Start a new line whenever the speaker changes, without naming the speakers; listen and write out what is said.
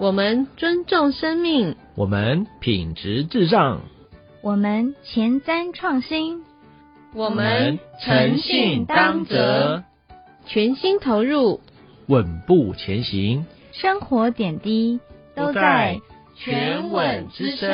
我们尊重生命，
我们品质至上，
我们前瞻创新，
我
们
们诚信当责，，全心投入。
稳步前行。
生活点滴
都
都
在
在
全稳之声。